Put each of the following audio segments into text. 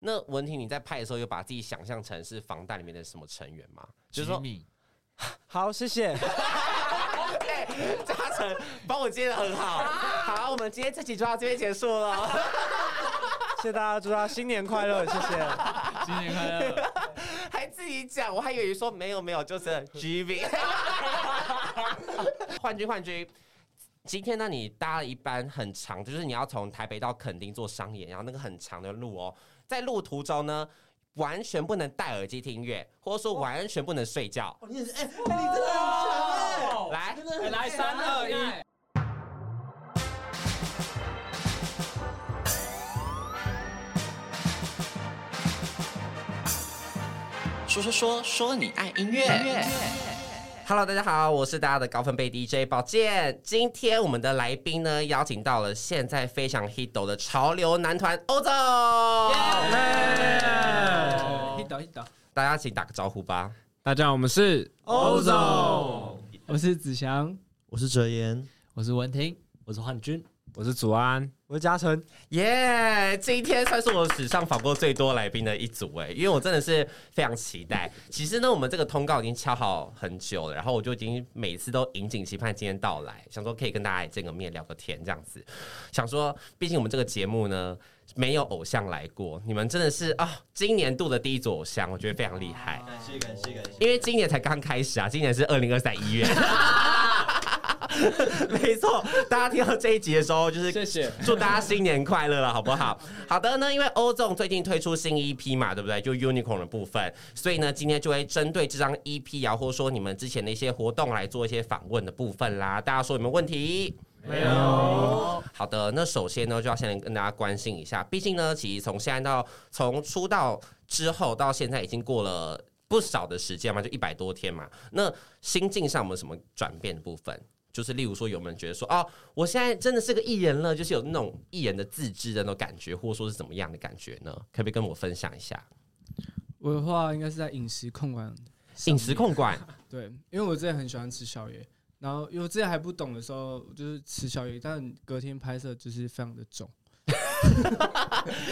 那文婷，你在拍的时候有把自己想象成是房贷里面的什么成员吗？就是说，米，好，谢 谢。哎 嘉诚帮我接的很好。好，我们今天这集就到这边结束了。谢谢大家，祝大家新年快乐，谢谢。新年快乐！还自己讲，我还以为说没有没有，就是 G V。换句换句，今天呢你搭了一班很长，就是你要从台北到垦丁做商演，然后那个很长的路哦，在路途中呢。完全不能戴耳机听音乐，或者说完全不能睡觉。哦，你也是，哎、哎你真的很强哎、来，真的很啊来三二一，说说说说你爱音乐。 Hello，大家好，我是大家的高分贝 DJ 宝健。今天我们的来宾呢，邀请到了现在非常 hit 的潮流男团欧总。耶哎一哎刀一刀，大家请打个招呼吧。大家好，我们是欧总我是子祥，我是哲言，我是文婷，我是焕君，我是祖安，我是嘉诚，耶、今天算是我史上访过最多来宾的一组哎、因为我真的是非常期待。其实呢，我们这个通告已经敲好很久了，然后我就已经每次都引颈期盼今天到来，想说可以跟大家也见个面、聊个天这样子。想说，毕竟我们这个节目呢没有偶像来过，你们真的是啊、今年度的第一组偶像，我觉得非常厉害。感谢感谢感谢。因为今年才刚开始啊，今年是二零二三一月。 没错，大家听到这一集的时候，就是谢谢。祝大家新年快乐了，好不好？好的呢，因为欧总最近推出新 EP 嘛，对不对？就 Unicorn 的部分，所以呢，今天就会针对这张 EP 啊，或者说你们之前的一些活动来做一些访问的部分啦。大家说有没有问题？没有，好的，那首先呢，就要先跟大家关心一下，毕竟呢，其实从现在到从出道之后到现在已经过了不少的时间嘛，就一百多天嘛。那心境上有没有什么转变的部分？就是例如说，有没有人觉得说，哦，我现在真的是个艺人了，就是有那种艺人的自知的那种感觉，或者说是怎么样的感觉呢？可不可以跟我分享一下？我的话应该是在饮食控管，饮食控 管，对，因为我之前很喜欢吃宵夜，然后因为我之前还不懂的时候就是吃宵夜，但隔天拍摄就是非常的重，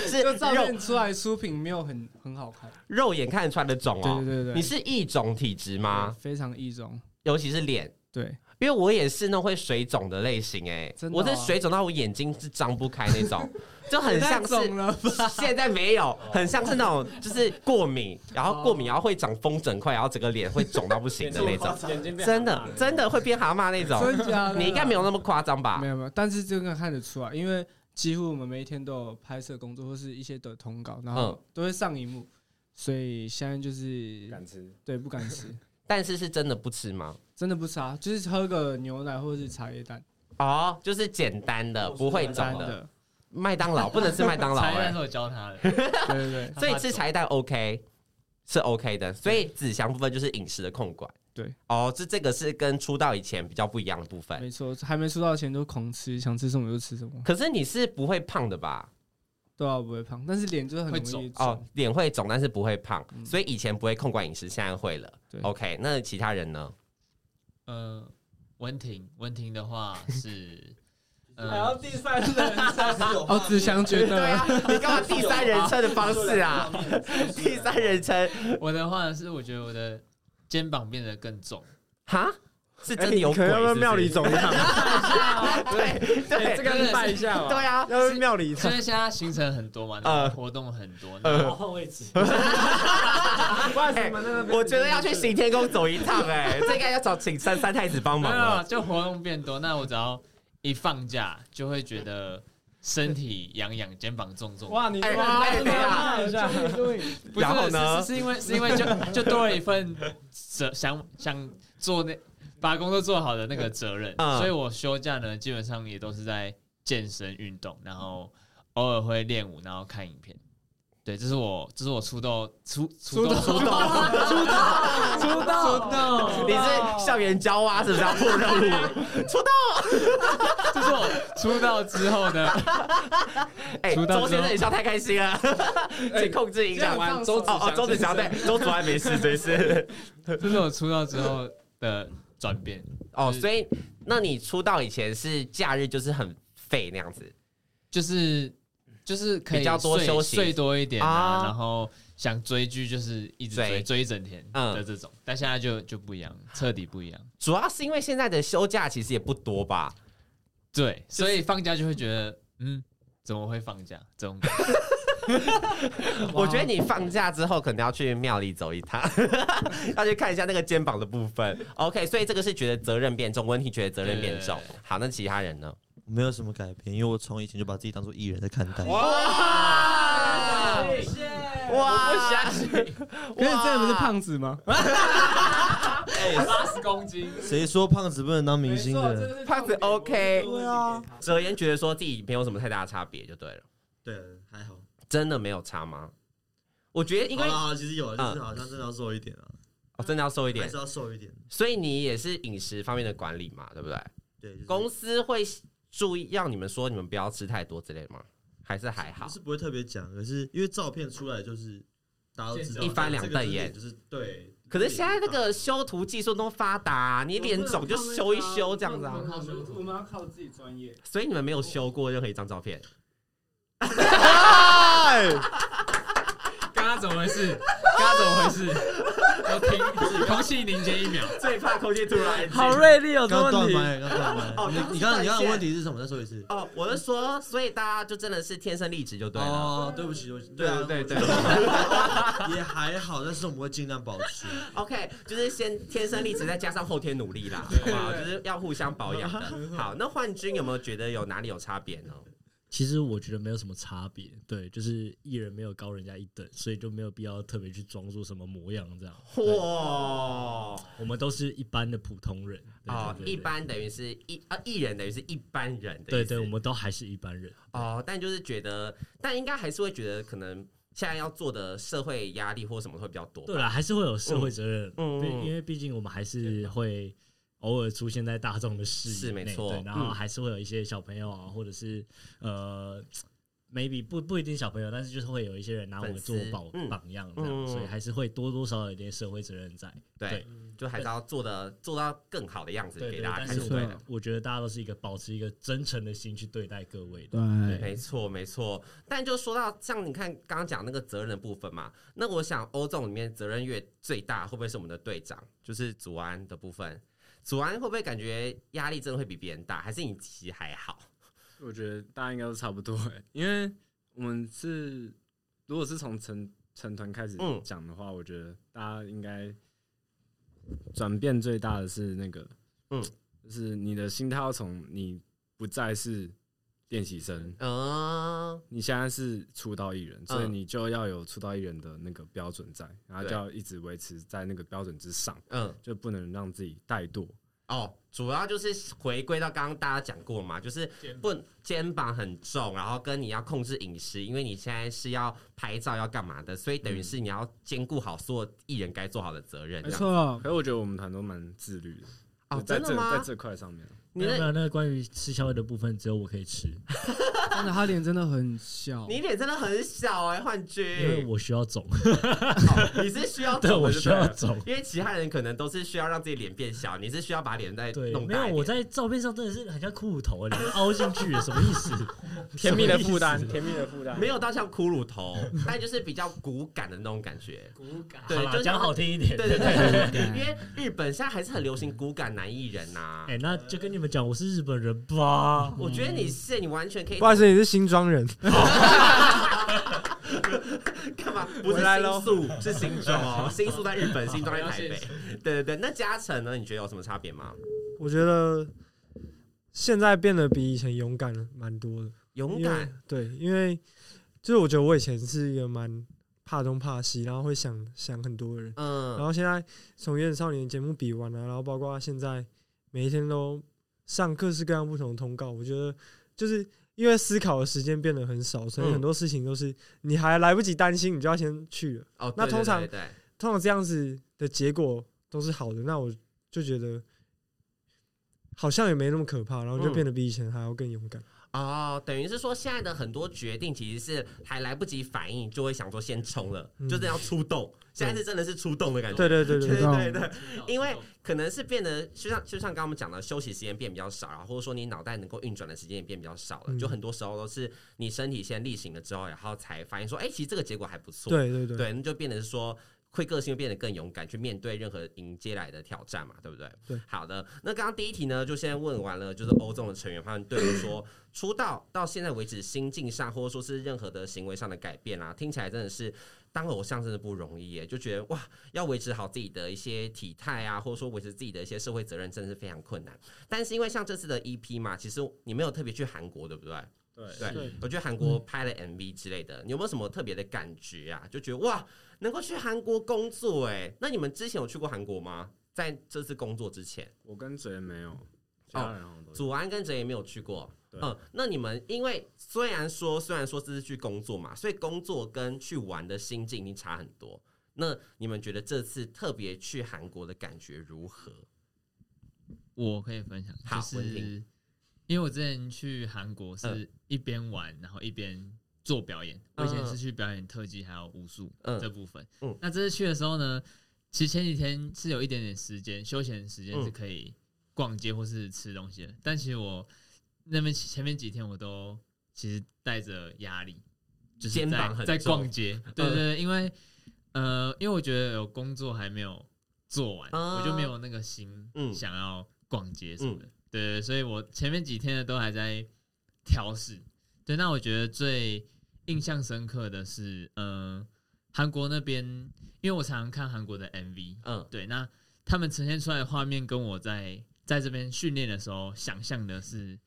是就照肉片出来出品没有很很好看，肉眼看得出来的肿对哦对。对对，你是异种体质对吗？非常易 中，尤其是脸。对，因为我也是那种会水肿的类型哎、真的我哦是水肿到我眼睛是张不开那 种，就很像太肿哦是了 吧？现在没有，很像是那种就是过敏，然后过哦敏然后会长风疹块，然后整个脸会肿到不行 的那种，眼睛真的真的会变蛤蟆那种，真的假的？你应该没有那么夸张吧没？有没有，但是这个看得出来，因为几乎我们每一天都有拍摄工作或是一些的通稿，然后都会上荧幕，所以现在就是吃，对不敢吃，但是是真的不吃吗？真的不吃啊，就是喝个牛奶或是茶叶蛋，哦，就是简单的，不会真肿的。的，麦当劳不能吃麦当 劳茶叶哎、蛋是我教他的，对对对 所以吃茶叶蛋 OK 是 OK 的，所以子祥部分就是饮食的控管。对，哦，这这个是跟出道以前比较不一样的部对，分。没错，还没出道前都狂吃，想吃什么就吃什么，可是你是不会胖的吧？对啊，不会胖，但是脸就是很会容易哦肿，，脸会肿，但是不会胖，嗯所以以前不会控管饮食，现在会了对。 OK，那其他人呢？呃，文婷，文婷的话是，还要呃，第三 人称，哦，子祥觉得，啊，你干嘛第三人称的方式 啊？第三人称，我的话是我觉得我的肩膀变得更重，哈，是哎真的有可鬼？能要是不不要是庙里走一趟？ 对对这个真的是是拜一下啊吧。 对啊， 要不要庙里一因趟？为现在行程很多嘛，然后活动很多，然呃 后我换位置，不好意思我们那边哎我觉得要去行天宫走一趟， 哎，这应该要找请三三太子帮没忙啊有了。就活动变多，那我只要一放假就会觉得身体痒痒，肩膀重重。哇，你哎哇，哎等一下一下，不是然后呢是是是因为是因为就就多了一份责想想做那把工作做好的那个责任，嗯所以我休假呢基本上也都是在健身运动，然后偶尔会练舞，然后看影片。对，这是我这是我出道出出道出道哎出道，你是校园教蛙是不是要破任务？出道，这是我出道之后的 哎，出道之后周先生你笑太开心了，请控制影响。哎完周子哦哦，周子祥对，周子安没事，没 事。 这是我出道之后的转变。哦，就是所以那你出道以前是假日就是很废那样子，就是就是可以比较多睡休息睡多一点啊啊，然后想追剧就是一直追追追一整天嗯的这种，但现在就就不一样，彻底不一样。主要是因为现在的休假其实也不多吧？对，所以放假就会觉得，嗯，怎么会放假？这种感觉我觉得你放假之后可能要去庙里走一趟， 要去看一下那个肩膀的部分。OK，所以这个是觉得责任变重，温体觉得责任变重对对对。好，那其他人呢？我没有什么改变，因为我从以前就把自己当做艺人在看待。哇哇！可是你真的不是胖子吗？ 八十公斤，谁说胖子不能当明星的？胖子 OK，对啊，哲言觉得说自己没有什么太大的差别就对了，对，还好。真的没有差吗？我觉得因为好啦好啦其实有，嗯就是好像真的要瘦一点啊，哦真的要瘦一还点是，要瘦一点。所以你也是饮食方面的管理嘛，对不对？对，就是公司会注意让你们说你们不要吃太多之类的吗？还是还好不？是不会特别讲，可是因为照片出来就是大家都知道一翻两瞪眼这个就是对。可是现在那个修图技术都发达、你脸肿就修一修这样子啊，我们我们要靠自己专业。所以你们没有修过任何一张照片。 刚刚怎么回事？刚刚怎么回事？我停，空气凝结一秒。最怕空气突然安静好锐利哦，这刚个断问题。麦，刚断麦。哦你你刚刚你刚刚的问题是什么？再说一次。哦，我是说，所以大家就真的是天生丽质就对了。哦，对不起，对不起，对啊对对， 也还好，但是我们会尽量保持。 OK，就是先天生丽质，再加上后天努力啦，好不好？就是要互相保养的。好，那幻君有没有觉得有哪里有差别呢？其实我觉得没有什么差别，对，就是艺人没有高人家一等，所以就没有必要特别去装出什么模样这样。对哇，我们都是一般的普通人对哦，对对对一般等于是一啊，艺人等于是一般人的对意思。对，我们都还是一般人。哦，但就是觉得，但应该还是会觉得，可能现在要做的社会压力或什么会比较多。对啦，还是会有社会责任，嗯嗯对嗯因为毕竟我们还是会偶尔出现在大众的视野是没内错对然后嗯还是会有一些小朋友啊，或者是呃，maybe 不不一定小朋友，但是就是会有一些人拿我们做粉丝榜嗯榜样这样，嗯所以还是会多多少少有一点社会责任在。对，对就还是要做的做到更好的样子对给对，大家但看是就我对们了。我觉得大家都是一个保持一个真诚的心去对待各位的。对，没错，没错。但就说到像你看刚刚讲那个责任的部分嘛，那我想欧总里面责任越最大，会不会是我们的队长，就是祖安的部分？祖安会不会感觉压力真的会比别人大，还是你其实还好？我觉得大家应该都差不多、欸，因为我们嗯是如果是从成成团开始嗯讲的话，我觉得大家应该转变最大的是那个，嗯，就是你的心态要从你不再是练习生，嗯，你现在是出道艺人，所以嗯你就要有出道艺人的那个标准在，然后对就要一直维持在那个标准之上，嗯，就不能让自己怠惰。哦，主要就是回归到刚刚大家讲过嘛，就是不肩膀很重，然后跟你要控制饮食，因为你现在是要拍照要干嘛的，所以嗯等于是你要兼顾好所有艺人该做好的责任。没这样错可，是我觉得我们团都蛮自律的，哦，就在真的这在吗？这块上面，你没有没的有，那个关于吃宵夜的部分，只有我可以吃，真的，他脸真的很小。你脸真的很小哎、幻因为君，我需 要肿，哦你是需要 对肿我的就需对要了肿。因为其他人可能都是需要让自己脸变小，你是需要把脸再对，弄没大有一点。我在照片上真的是很像骷髅头，脸 凹进去了，什么 意思？甜蜜的什么意思负担，甜蜜的负担。没有到像骷髅头，但就是比较骨感的那种感觉。对就好啦，是哦讲好听一点。对对对，对因为日本现在还是很流行骨感男艺人呐、哎、那就跟你们讲，我是日本人吧。我觉得你是你完全可以不好意思，你是新庄人，干嘛？不是回来新咯宿，是新庄 哦，新宿在日本，新庄在台北。对对对，那嘉诚呢？你觉得有什么差别吗？我觉得现在变得比以前勇敢了蛮多的。勇因为敢，对，因为就是我觉得我以前是一个蛮怕东怕西，然后会想想很多的人，然嗯，后现在从《原始少年》节目比完啊，然后包括现在每一天都上各式各样不同的通告，我觉得就是因为思考的时间变得很少，所以嗯很多事情都是你还来不及担心，你就要先去了。哦，那对通常对对对通常这样子的结果都是好的，那我就觉得好像也没那么可怕，然后就嗯变得比以前还要更勇敢。哦，等于是说现在的很多决定其实是还来不及反应，就会想说先冲了，嗯就是要出动。现在是真的是出动的感觉，对对对对对对对，对， 因为可能是变得就像就像刚刚我们讲的，休息时间变比较少，然后或者说你脑袋能够运转的时间也变比较少了，嗯就很多时候都是你身体先力行了之后，然后才发现说，哎、其实这个结果还不错，对对对对，那就变成是说。会个性变得更勇敢，去面对任何迎接来的挑战嘛，对不对？对。好的，那刚刚第一题呢，就先问完了，就是欧总的成员，他们对于 说出道到现在为止，心境上或者说是任何的行为上的改变啦、啊听起来真的是当偶像真的不容易耶，就觉得哇，要维持好自己的一些体态啊，或者说维持自己的一些社会责任，真的是非常困难。但是因为像这次的 EP 嘛，其实你没有特别去韩国，对不对？对对，我觉得韩嗯国拍了 MV 之类的，你有没有什么特别的感觉啊？就觉得哇，能够去韩国工作，哎，那你们之前有去过韩国吗？在这次工作之前，我跟谁没有，其他人好像都有祖安跟哲也没有去过。对嗯，那你们因为虽然说虽然说这是去工作嘛，所以工作跟去玩的心境已经差很多。那你们觉得这次特别去韩国的感觉如何？我可以分享，好就文是因为我之前去韩国是一边玩，然后一边做表演。我以前是去表演特技还有武术嗯这部分嗯。那这次去的时候呢，其实前几天是有一点点时间休闲时间嗯是可以逛街或是吃东西的，但其实我那边前面几天我都其实带着压力，就是肩膀在很在重嗯逛街。对对对，因为呃，因为我觉得有工作还没有做完，啊我就没有那个心嗯想要逛街什么的。对对，对所以我前面几天呢都还在调试。对，那我觉得最印象深刻的是，呃，韩国那边，因为我常常看韩国的 MV，嗯对，那他们呈现出来的画面跟我在在这边训练的时候想象的是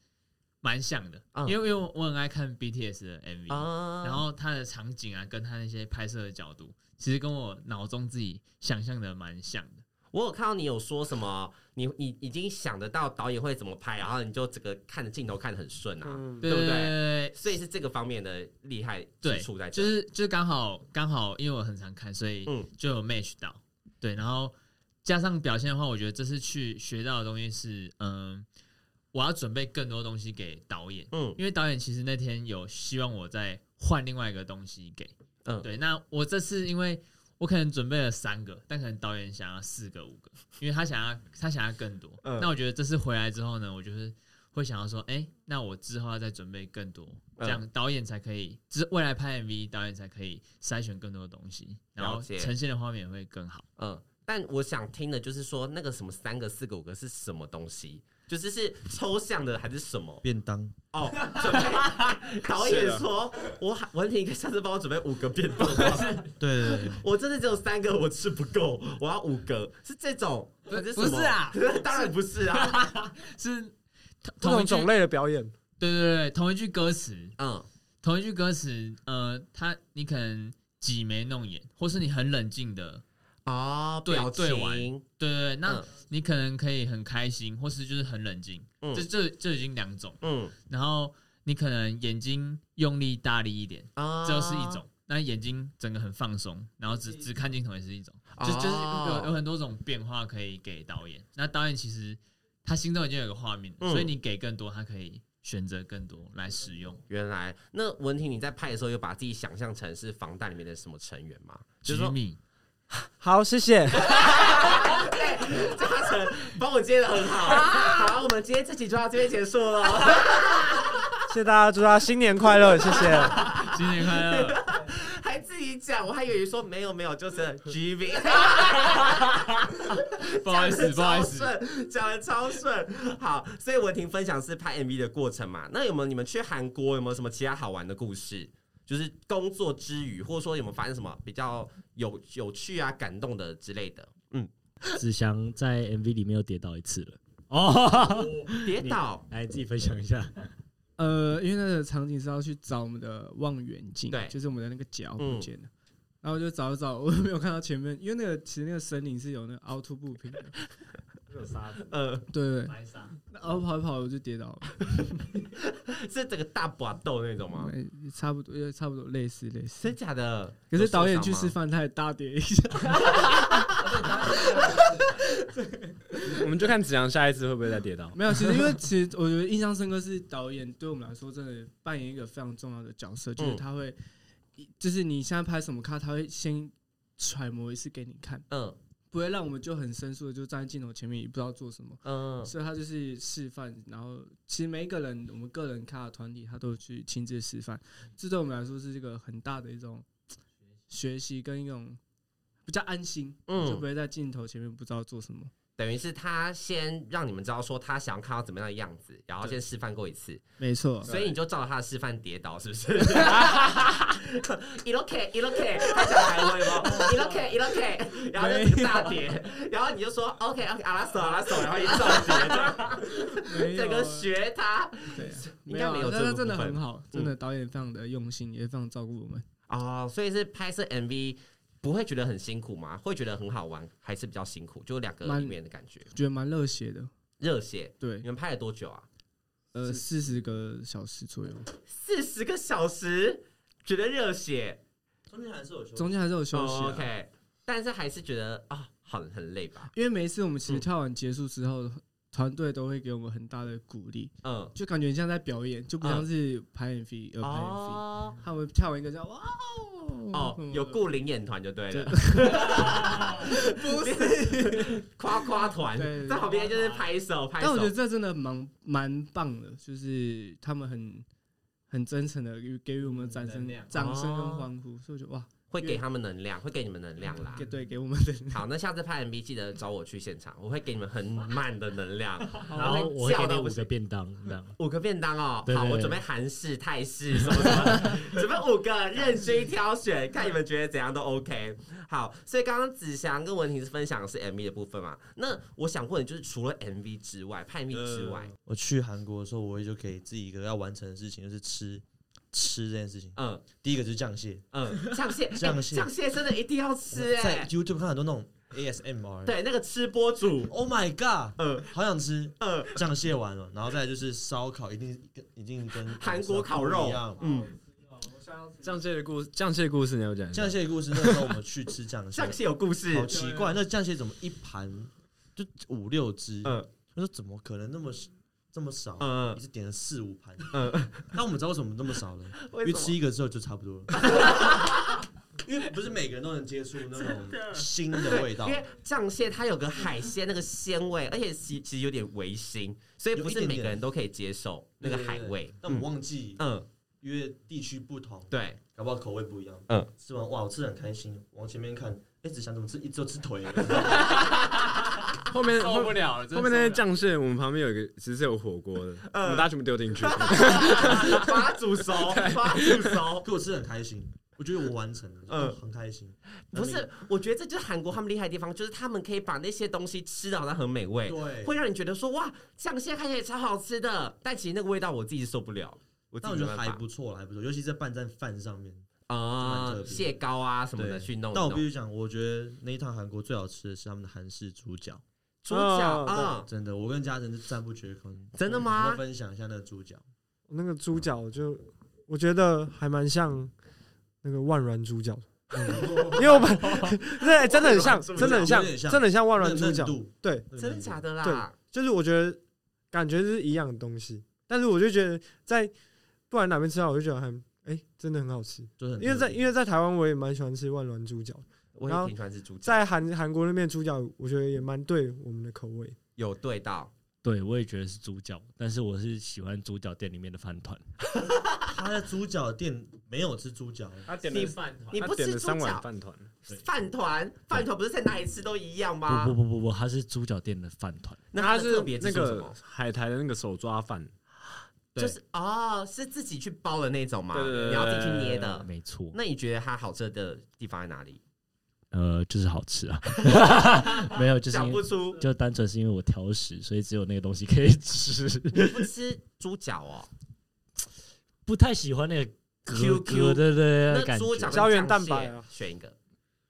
蛮像的，嗯因为因为我很爱看 BTS 的 MV，、啊然后它的场景啊，跟它那些拍摄的角度，其实跟我脑中自己想象的蛮像的。我有看到你有说什么，你你已经想得到导演会怎么拍，然后你就整个看着镜头看得很顺啊，嗯，对不对对所以是这个方面的厉害之对处在这就。是就是刚好刚好，因为我很常看，所以嗯就有 match 到。对，然后加上表现的话，我觉得这次去学到的东西是，嗯，我要准备更多东西给导演，嗯因为导演其实那天有希望我再换另外一个东西给。嗯，对，那我这次因为我可能准备了三个，但可能导演想要四个、五个， 因为他想要他想要更多。嗯那我觉得这次回来之后呢，我就是会想要说，哎、那我之后要再准备更多，嗯这样导演才可以，之未来拍 MV 导演才可以筛选更多的东西，然了后解呈现的画面也会更好。嗯，但我想听的就是说那个什么三个、四个、五个是什么东西？就是是抽象的还是什么？便当，哦，准备 导演说，我文婷下次帮我准备五个便当吧，对对 对，我真的只有三个，我吃不够，我要五个，是这种还是什么不是啊？当然不是啊，是不同一同句种，类的表演，对对对，同一句歌词，嗯同一句歌词，呃，他你可能挤眉弄眼，或是你很冷静的哦，对表对完情，对对对，那嗯你可能可以很开心，或是就是很冷静，嗯这这这已经两种。嗯然后你可能眼睛用力大力一点，啊这又是一种；那眼睛整个很放松，然后只只看镜头也是一种。就就是哦有有很多种变化可以给导演。那导演其实他心中已经有个画面了，嗯所以你给更多，他可以选择更多来使用。原来那文婷你在拍的时候有把自己想象成是防弹里面的什么成员吗？就吉是说米，好，谢谢。 嘉诚帮我接的很好。好，我们今天这集就到这边结束了。谢谢大家，祝大家新年快乐，谢谢。新年快 乐！还自己讲，我还以为说没有没有，就是 G V。不好意思，不好意思，讲的超顺。好，所以文婷分享是拍 MV 的过程嘛？那有没有你们去韩国有没有什么其他好玩的故事？就是工作之余，或者说有没有发生什么比较有有趣啊、感动的之类的？嗯，子祥在 MV 里面又跌倒一次了。哦，跌倒，来自己分享一下。呃，因为那个场景是要去找我们的望远镜，对就是我们的那个脚嗯不见了。然后我就找一找，我没有看到前面，因为那个其实那个森林是有那个凹凸不平的， 呃，对对对，白沙，然后跑一跑我就跌倒了，是整个大把斗那种吗？嗯差不多，也差不多类似类似真。假的？可是导演去有受伤吃吗饭，他也大跌一下，我们就看子阳下一次会不会再跌哦 倒。没有，其实因为其实我觉得印象深刻是导演对我们来说真的扮演一个非常重要的角色，嗯就是他会，就是你现在拍什么咖，他会先揣摩一次给你看，嗯不会让我们就很生疏的就站在镜头前面也不知道做什么。嗯，所以他就是示范，然后其实每一个人，我们个人卡的团体，他都有去亲自示范，这对我们来说是一个很大的一种学习跟一种比较安心，嗯就不会在镜头前面不知道做什么。等于是他先让你们知道说他想要看到怎么样的样子，然后先示范过一次，没错，所以你就照着他的示范跌倒，是不 是 ？Iloke Iloke，他讲台湾 吗？Iloke Iloke，然后 就整个大跌，然后你就说 OK OK，阿拉索阿拉索， 然后一照没跌，有整个学他 对啊，应没该有没啊，有但这个嗯他真的部分很好，真的导演非常的用心，也非常照顾我们。哦，所以是拍摄 MV 不会觉得很辛苦吗？会觉得很好玩，还是比较辛苦？就两个蛮里面的感觉，觉得蛮热血的。热血。对你，们拍了多久啊？呃，四十个小时左右，四十个小时，觉得热血，中间还是有休息中间还是有休息、啊。哦 OK，但是还是觉得啊，很很累吧？因为每一次我们其嗯实跳完结束之后，团队都会给我们很大的鼓励，嗯，就感觉像在表演，就不像是拍 MV 呃拍 MV。哦他们跳完一个叫哇哦，什哦么，的有顾灵演团就对了， 不是， 夸夸团对在旁边就是拍手拍手。但我觉得这真的蛮蛮棒的，就是他们很很真诚的给予我们掌声、掌声跟欢呼，所以我觉得哇，会给他们能量，会给你们能量哦啦给。对给我们的好，那下次拍 MV 记得找我去现场，我会给你们很满的能量，然后我会笑给到你不五行个。便当这样。五个便当哦，对好，对我对准备韩式、泰式什么什么 的，准备五个，任君挑选，看你们觉得怎样都 OK。好，所以刚刚子祥跟文婷是分享的是 MV 的部分嘛？那我想问，就是除了 MV 之外，拍 MV 之外，我去韩国的时候，我也就给自己一个要完成的事情，就是吃吃这件事情。嗯第一个就是酱蟹，嗯，酱蟹，酱 蟹哎酱蟹真的一定要吃我 在哎， YouTube 看很多那种 ASMR，对，那个吃播主， ，Oh my God，嗯好想吃嗯，酱蟹完了，然后再来就是烧烤，一定跟一定跟韩国烤肉一样。嗯，酱蟹的故事，酱蟹的故事你有讲？酱蟹的故事，那时候我们去吃酱蟹酱，蟹有故事好，奇怪，那酱蟹怎么一盘就五六只？嗯我说怎么可能那么这么少？嗯一次点了四五盘，嗯，那我们知道为什么那么少了？因为为什么吃一个之后就差不多了， 因为不是每个人都能接触那种新的味道因，为酱蟹它有个海鲜那个鲜味，而且其其实有点微腥，所以不是每个人都可以接受那有一个点点海味。但我们忘记，嗯，因为地区不同，对， 搞不好口味不一样。嗯嗯，吃完哇，我吃得很开心，往前面看，哎，只想怎么吃，一直都吃 腿，后面 后不了了，后面那些酱蟹，我们旁边有一个其实是有火锅的，我们大家全部丢进去。把它煮熟，把它煮熟。可我吃得很开心，我觉得我完成了，嗯嗯，很开心。 不是，我觉得这就是韩国他们厉害的地方，就是他们可以把那些东西吃到它很美味，对，会让你觉得说哇，酱蟹看起来也超好吃的，但其实那个味道我自己受不了。我自但己我觉得没办还法不错，还不错，尤其在拌在饭上面。啊蛮特，别蟹膏啊什么的对去弄一但我必弄。须讲，我觉得那一趟韩国最好吃的是他们的韩式猪脚，猪脚啊哦，真的，我跟家人是赞不绝口。真的我吗要？分享一下那个猪脚。那个嗯猪脚就我觉得还蛮像那个万软猪脚的。因 为我们对真的很像，猪脚真的很像，有点像真的很像万软软猪脚，对，真的假的？的对啦？就是我觉得感觉是一样的东西，但是我就觉得在不管哪边吃到，我就觉得还哎、真的很好吃。就是很因为在特因别为在台湾我也蛮喜欢吃万峦猪脚，我然也后挺喜欢吃猪脚，在韩韩国那边猪脚我觉得也蛮对我们的口 味。有对到。对，我也觉得是猪脚，但是我是喜欢猪脚店里面的饭团。他在猪脚店没有吃猪脚，他点了饭团你不吃点了猪三碗脚饭团，饭团，饭团不是在哪里吃都一样吗？不不不不不，它是猪脚店的饭团。那他它的是特别之那处是什个么？海苔的那个手抓饭，就对是哦，是自己去包的那种嘛，对对对你要自己去捏的。没错，嗯那你觉得它好吃的地方在哪里？呃，就是好吃 啊， 没有，就是讲因不为出，就单纯是因为我挑食，所以只有那个东西可以吃，你不吃猪脚哦，不太喜欢那个咯 Q Q 咯，对对对，那感猪脚跟觉胶酱原蛋白蟹啊选一个。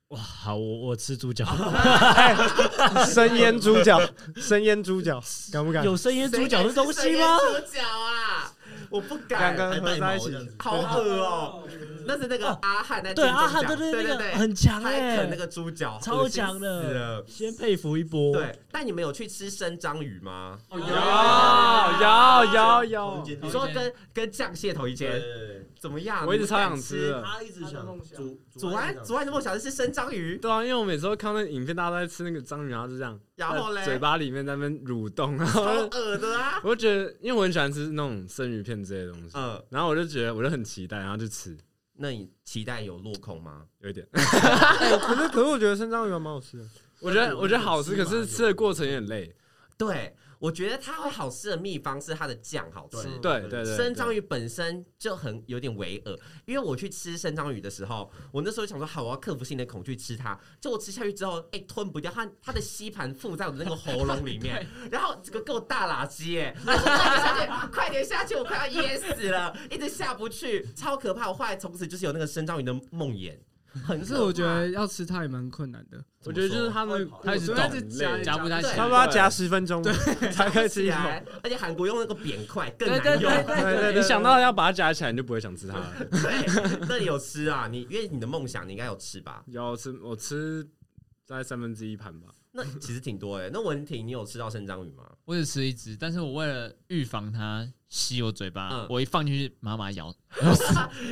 哇，好，我我吃 猪脚，生腌猪脚，生腌猪脚，敢不敢？有生腌猪脚的东西吗？谁敢吃生腌猪脚啊，我不两敢，个合在一起，还带毛这样子好恶哦。那是那个哦阿汉在对金钟阿汉，奖对对对，那对，个很强他在哎啃那，个猪脚，超强的恶心死了先佩服一波。对，但你们有去吃生章鱼吗？哦有有有有有，你说跟跟酱蟹同一对间对怎么样？我一直你们敢超想吃吃的。他一直想煮祖安祖安的梦想是吃生章鱼，对啊，因为我每次都看那影片，大家都在吃那个章鱼，然后就这样，然后嘞嘴巴里面在那边蠕动，然超 后恶的 啊！我就觉得，因为我很喜欢吃那种生鱼片之类的东西，嗯，然后我就觉得我就很期待，然后就吃，那你期待有落空吗？有一点，哎可是可是我觉得生章鱼还蛮好吃的，我觉得我觉得好吃，可是吃的过程有点累，对，我觉得它会好吃的秘方是它的酱好吃。对对对，生章鱼本身就很有点违耳，因为我去吃生章鱼的时候，我那时候想说好，我要克服性的恐惧吃它。就我吃下去之后，哎、吞不掉，它它的吸盘附在我的那个喉咙里 面，然后这个给我大拉鸡，哎，我说快点下去，快点下去，我快要噎死了，一直下不去，超可怕。我后来从此就是有那个生章鱼的梦魇，很可是可我觉怕得要吃它也蛮困难的，我觉得就是他们我他一直我昨天是动夹累夹不太对起差来不多要夹十分钟才可以吃起一口。来，而且韩国用那个扁块更对难对用。对对对对对你想到要把它夹起来，你就不会想吃它了。 对，那你有吃啊？你因为你的梦想，你应该有吃吧？有我吃我吃大概三分之一盘吧，那其实挺多哎、那文婷，你有吃到生章鱼吗？我只吃一只，但是我为了预防它吸我嘴巴，嗯我一放进去马马咬。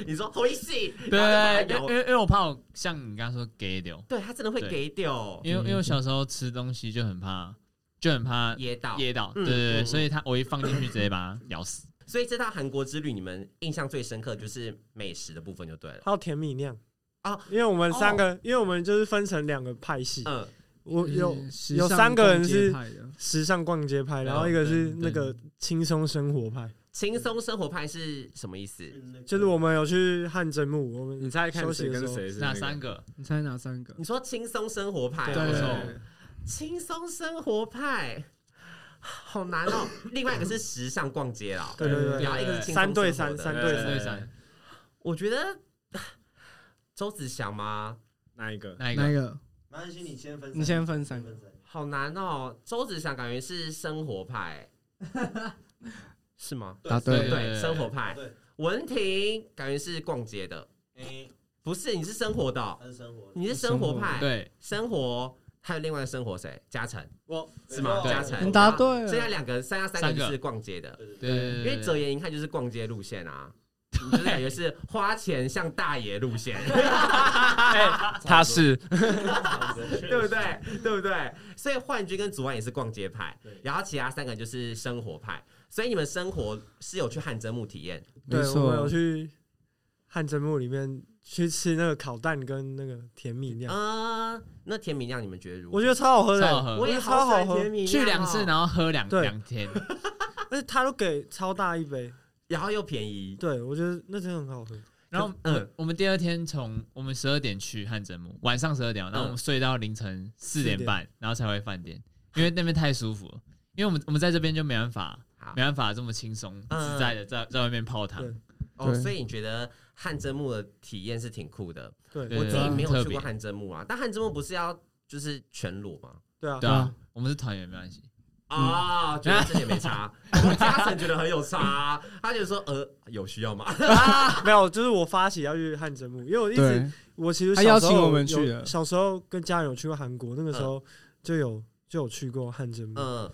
你说回信，对然后就把它因为咬因为我怕我像你刚刚说给流，对它真的会对给掉因为因为我小时候吃东西就很怕，就很怕噎到。噎到，嗯对对对，嗯所以它我一放进去直接把它咬死。所以这趟韩国之旅，你们印象最深刻就是美食的部分就对了。还有甜米酿啊，因为我们三个，因为我们就是分成两个派系，嗯，我有就是时有尚三个人逛街是派的时尚逛街派，然后一个是那个轻松生活派，轻松生活派是什么意思？就是我们有去汗蒸木，我你们猜看休息谁的跟时候谁是哪那个三个？你猜哪三个？你说轻松生活派，对没错对轻松生活派，好难哦。另外一个是时尚逛街啦，嗯对对对然后一个是轻松三对生活三的三对三对三，我觉得周子祥吗？哪一个？哪一哪一个？个？没关系，你先分，你先分三个分三好难哦，周子祥感觉是生活派，是吗？个答对对了，对，生活派。对，文婷感觉是逛街的，诶，不是？你是生活的哦，他是生活的，你是生活派。，对，生活还有另外一个生活谁？嘉诚我是吗？对嘉诚你答对啊剩下了，两个，剩下三三个个就是逛街的。对对对，对对，因对为哲言一看就是逛街路线啊，你就是感觉是花钱像大爷路线，他是 对不对？对不对？所以幻君跟祖安也是逛街派对，然后其他三个就是生活派。所以你们生活是有去汗蒸木体验，没对，我们有错，去汗蒸木里面去吃那个烤蛋跟那个甜米酿，嗯，那甜米酿你们觉得如我何？觉得超好喝超好的，喝我也我觉得好超喜欢好喝甜米酿哦去两次，然后喝两对两天，而且他都给超大一杯，然后又便宜，对我觉得那真的很好喝。然后嗯嗯，我们第二天从我们十二点去汗蒸木，晚上十二点，然后我们睡到凌晨四点半，然后才回饭店，因为那边太舒服了。因为我们我们在这边就没办法好，没办法这么轻松嗯自在的在在外面泡汤对。哦，对所以你觉得汗蒸木的体验是挺酷的。对对我自己没有特去过别汗蒸木啊，但汗蒸木不是要就是全裸吗？对啊，对啊，我们是团员没关系。啊，觉得这也没差，我嘉诚觉得很有差啊，他就说呃有需要吗？没有，就是我发起要去汗蒸木，因为我一直对，我其实他小邀时请候我们有去的小时候跟家人有去过韩国，那个时候就有就有去过汗蒸木。嗯，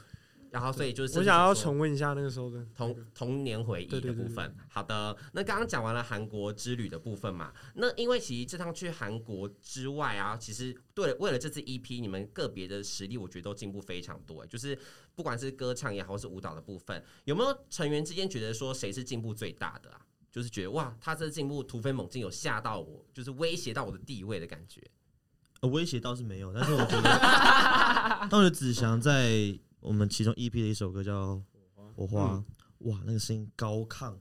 然后所以就是我想要从重温一下那个时候的童童年回忆对的对部对分。好的，那刚刚讲完了韩国之旅的部分嘛，那因为其实这趟去韩国之外啊，其实对了为了这次 EP，你们个别的实力我觉得都进步非常多、欸就是不管是歌唱也好，或是舞蹈的部分，有没有成员之间觉得说谁是进步最大的啊？就是觉得哇，他这进步突飞猛进，有吓到我，就是威胁到我的地位的感觉。呃威胁倒是没有，但是我觉得， 但我觉得子祥在我们其中 EP 的一首歌叫《火花》，哇，那个声音高亢，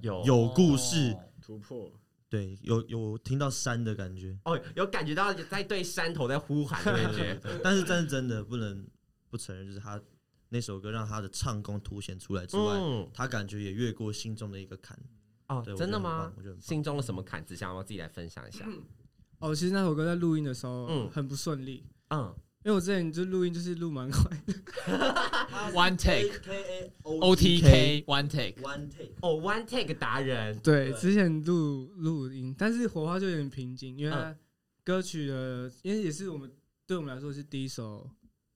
有嗯有故事，哦突破，对，有有听到山的感觉，哦，有感觉到在对山头在呼喊的感 觉。但是但是真的不能不承认，就是他那首歌让他的唱功凸显出来之外，嗯，他感觉也越过心中的一个坎。哦对，我觉真得的很棒吗？我觉得很棒心中的什么坎嗯子，想要不要自己来分享一下？哦，其实那首歌在录音的时候嗯很不顺利，嗯，因因为我之前就录音就是录蛮快的， One take K A O T K one take， One take，哦、o n e take 达人，对，之前录录音，但是火花就有点瓶颈，因为它嗯歌曲的，因为也是我们对我们来说是第一首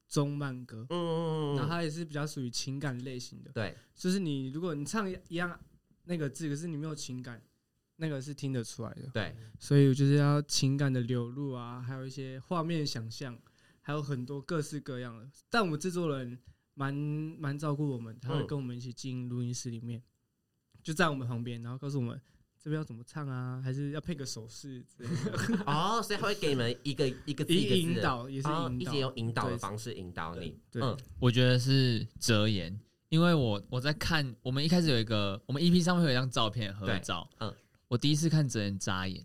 中慢歌，嗯嗯然后嗯，它也是比较属于情感类型的，对，就是你如果你唱一样那个字，可是你没有情感，那个是听得出来的。对，所以我就是要情感的流露啊，还有一些画面想象，还有很多各式各样的。但我们制作人蛮蛮照顾我们，他会嗯跟我们一起进录音室里面，就在我们旁边，然后告诉我们这边要怎么唱啊，还是要配个手势之类 的，哦、所以他会给你们一 个一个字一个字引引，导也是哦引一导，直用引导的对方式引导你，对嗯我觉得是遮掩，因为我我在看我们一开始有一个我们 EP 上面会有一张照片合照，对嗯嗯，我第一次看哲言眨眼，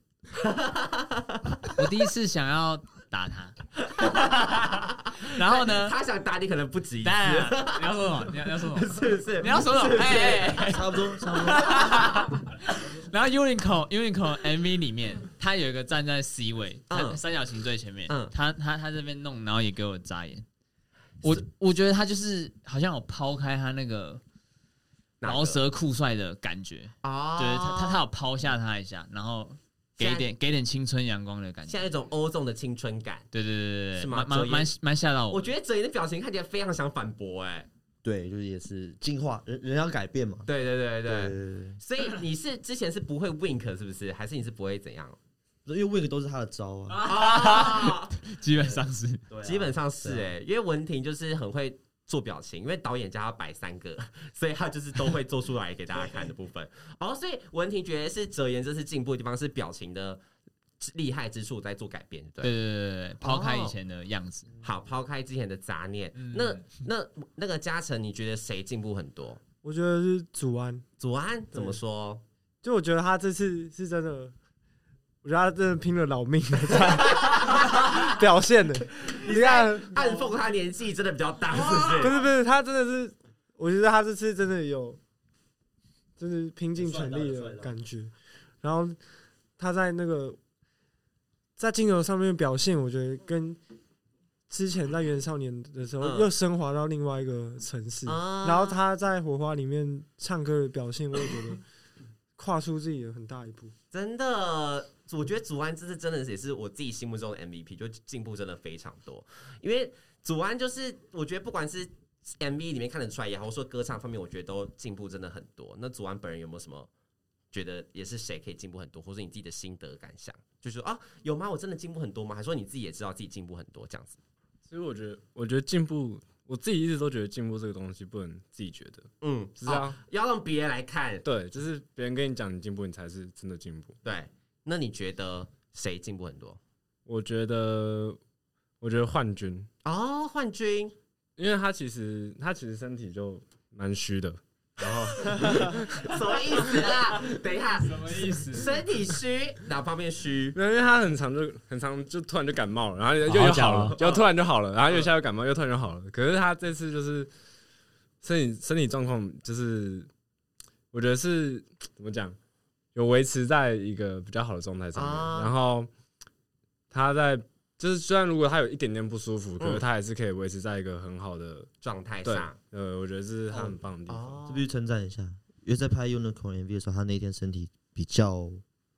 我第一次想要打他，然后呢，他想打你可能不止一次当，然啊你要说什么？你要你要说什么？ 是不是？你要说什么？哎哎哎差不多差不多。然后 Unicorn Unicorn MV 里面，他有一个站在 C 位，嗯他三角形最前面，嗯他他他这边弄，然后也给我眨眼。我我觉得他就是好像有抛开他那个哪个饶舌酷帅的感觉，哦，对他他他有抛下他一下，然后给一现在点给一点青春阳光的感觉像。一种欧纵的青春感。对对对对是对，吗蛮蛮哲言蛮蛮吓到我我。觉得哲言的表情看起来非常想反驳、哎， 对，就是也是进化，人人要改变嘛。对对对对对对对对所以你是之前是不会 wink 是不是？还是你是不会怎 样？对，因为 Wig 都是他的招啊。啊，基本上是对啊基本上是对哎、因为文婷就是很会做表情，因为导演叫她摆三个， 所以她就是都会做出来给大家看的部 分。哦，所以文婷觉得是哲言这次进步的地方是表情的厉害之处在做改变，对不对对对。对对对，抛开哦以前的样子。好，抛开之前的杂念，嗯哦那那那个嘉诚，你觉得谁进步很多？我觉得是祖安，祖安怎么说？就我觉得他这次是真的，我觉得他真的拼了老命的 表现的。你看，嗯暗讽他年纪真的比较大， 不是是不是，他真的是，我觉得他这次真的有，真的拼尽全力的感觉。然后他在那个在镜头上面的表现，我觉得跟之前在《原少年》的时候嗯又升华到另外一个层次不是？。啊然后他在《火花》里面唱歌的表现，我也觉得跨出自己的很大一 步。真的，我觉得祖安这次真的也是我自己心目中的 MVP，就进步真的非常多。因为祖安就是我觉得不管是 MV 里面看得出来也好，或者说歌唱方面，我觉得都进步真的很多。那祖安本人有没有什么觉得也是谁可以进步很多，或者你自己的心得感想？就是说啊，有吗？我真的进步很多吗？还是说你自己也知道自己进步很多这样子？其实我觉得，我觉得进步，我自己一直都觉得进步这个东西不能自己觉得，嗯，就是啊要、哦要让别人来看。对，就是别人跟你讲你进步，你才是真的进步。对，那你觉得谁进步很多？我觉得，我觉得幻君，哦，幻君，因为他其实他其实身体就蛮虚的，然后？什么意思啊？等一下，什么意思？身体虚，哪方面虚没有因为他很常就很常就突然就感冒了，然后又好又好讲好了哦，又突然就好了，然后又一下又感冒，又突然就好了。可是他这次就是身体身体状况，就是我觉得是怎么讲，有维持在一个比较好的状态上啊面。然后他在就是虽然如果他有一点点不舒服，可是他还是可以维持在一个很好的状态对上，呃，我觉得这是他很棒的地方。这必须称赞一下，因为在拍 Unicorn MV 的时候，他那天身体比较，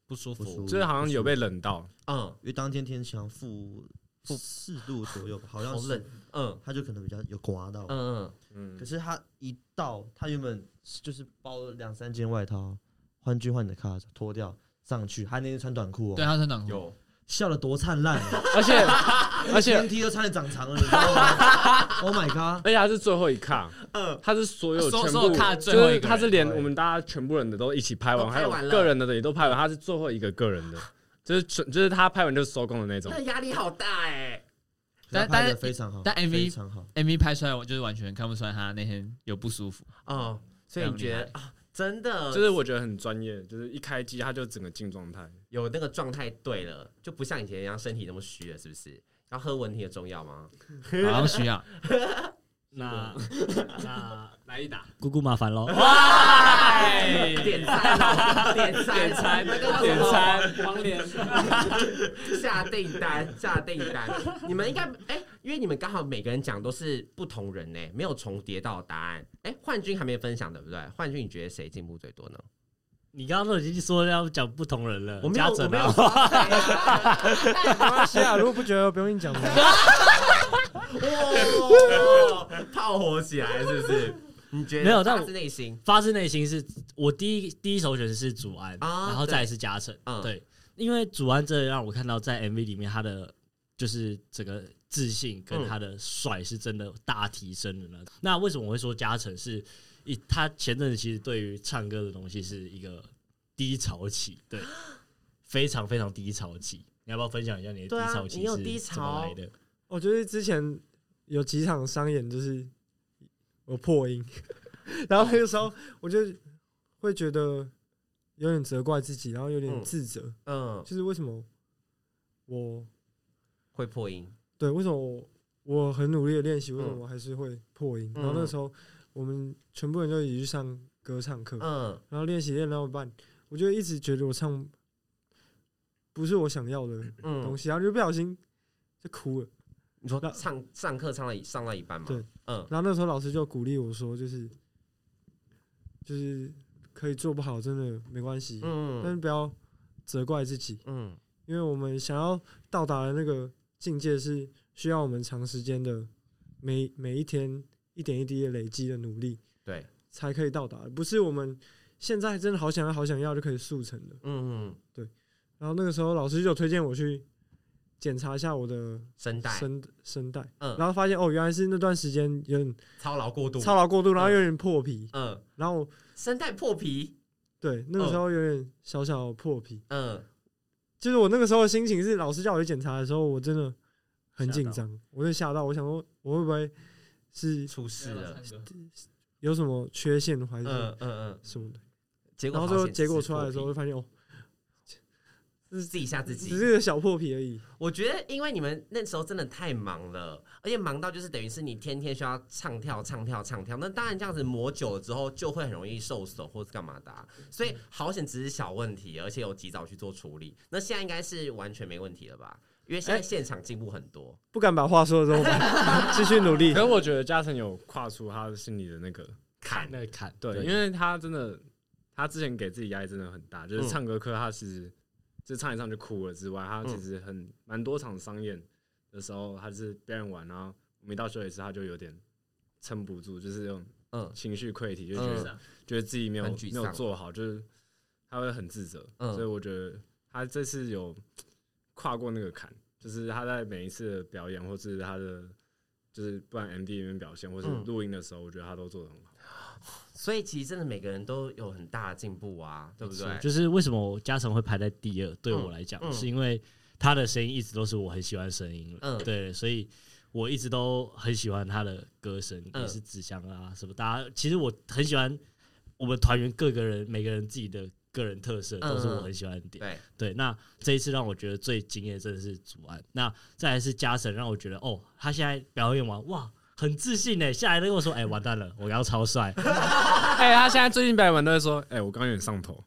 不舒服不舒服就是好像有被冷到，嗯因为当天天气好像负负四度左右吧，好像好冷是，嗯他就可能比较有刮到。嗯嗯可，是他一到，他原本就是包了两三件外套，换句换你的卡脱掉上去，他那天穿短裤对，啊哦，他穿短嗯，裤。有笑得多灿烂 哦，而且而且天梯都差点长长了，你知道吗？Oh my god！而且他是最后一卡，嗯嗯，他是所有所全所有部卡的最后就一个是人他是连对我们大家全部人的都一起拍完，都还拍有完了个人的也都拍完，他是最后一个个人的，就是全就是他拍完就收工的那种那。压力好大哎，但他拍但得是非常好，但 MV 非常好。 MV 拍出来，我就是完全看不出来他那天有不 舒服。嗯，所以你觉得非啊，真的就是我觉得很专业，就是一开机他就整个进状态。有那个状态对了，就不像以前一样身体那么虚了，是不是？要喝文婷的中药吗？好像需要。 那那来一打，姑姑麻烦 喽。哎，点餐哦，点餐，点餐那个点餐 黄连，下订单，下订单。你们应该哎，因为你们刚好每个人讲都是不同人呢、没有重叠到的答案。哎、幻君还没分享对不对？幻君，你觉得谁进步最多呢？你刚刚都已经说要讲不同人了，我没有嘉诚我没有啊，没关系啊，如果不觉得不用硬讲嘛。哇， 炮哦火起来是不是？你觉得没有但发我自内心发自内心是我第一第一首选是祖安，啊然后再来是嘉诚，嗯对，因为祖安这让我看到在 MV 里面他的就是整个自信嗯跟他的帅是真的大提升的呢。那为什么我会说嘉诚是一他前阵子其实对于唱歌的东西是一个低潮期，对，非常非常低潮期。你要不要分享一下你的对啊低潮期你有是低怎么潮来的？我觉得哦之前有几场商演，就是我破音，然后那个时候我就会觉得有点责怪自己，然后有点嗯自责，嗯就是为什么我会破音，对为什么我我很努力的练习，为什么嗯我还是会破音？嗯然后那时候我们全部人就一起去上歌唱课，嗯然后练习练到一半，我就一直觉得我唱不是我想要的东嗯，西，然后就不小心就哭了。你说那唱上课唱到一上到一半嘛？对，嗯然后那时候老师就鼓励我说，就是就是可以做不好，真的没关系，但是嗯不要责怪自己，嗯因为我们想要到达的那个境界是需要我们长时间的每每一天一点一滴的累积的努力对，才可以到达，不是我们现在真的好想要好想要就可以速成的。嗯，然后那个时候老师就推荐我去检查一下我的声带声声带，嗯然后发现哦，原来是那段时间有点操劳过度，操劳过度，然后有点破皮，嗯，然后。声带破皮，对，那个嗯时候有点小小破皮。嗯就是我那个时候的心情是，老师叫我去检查的时候，我真的很紧张，我就吓到，我想说我会不会是出事了，有什么缺陷还是嗯嗯嗯，什么的。结果然后好最后险结果是出来的时候，破就发现哦，皮自己吓自己只，是个小破皮而已。我觉得，因为你们那时候真的太忙了，而且忙到就是等于是你天天需要唱跳、唱跳、唱跳。那当然这样子磨久了之后，就会很容易受手或是干嘛的啊、所以好险只是小问题，而且有及早去做处理。那现在应该是完全没问题了吧？因为现哎在现场进步很多。不敢把话说的这么白，继续努力可。是我觉得嘉诚有跨出他心里的那个，看，那个坎，对，因为他真的，他之前给自己压力真的很大，就是唱歌课他其实就唱一唱就哭了之外，他其实很蛮多场商演的时候，他是表演完，然后我们一到休息室，他就有点撑不住，就是用嗯情绪溃体，就觉得嗯觉得自己没有很沮没丧有做好，就是他会很自责。嗯所以我觉得他这次有跨过那个坎，就是他在每一次的表演，或是他的就是不管 MD 里面表现，或是嗯录音的时候，我觉得他都做得很好。所以其实真的每个人都有很大的进步啊，对不对？就是为什么嘉诚会排在第二，对嗯我来讲，嗯是因为他的声音一直都是我很喜欢的声音了，嗯对，所以我一直都很喜欢他的歌声，嗯也是纸箱啊什么，大家其实我很喜欢我们团员各个人每个人自己的个人特色，嗯都是我很喜欢的点。对，对，那这一次让我觉得最惊艳的真的是祖安，那再来是嘉诚，让我觉得哦，他现在表演完哇。很自信呢，下来都跟我说：“哎、完蛋了，我要超帅。哎、他现在最近表演完都会说：“哎、我刚刚有点上头。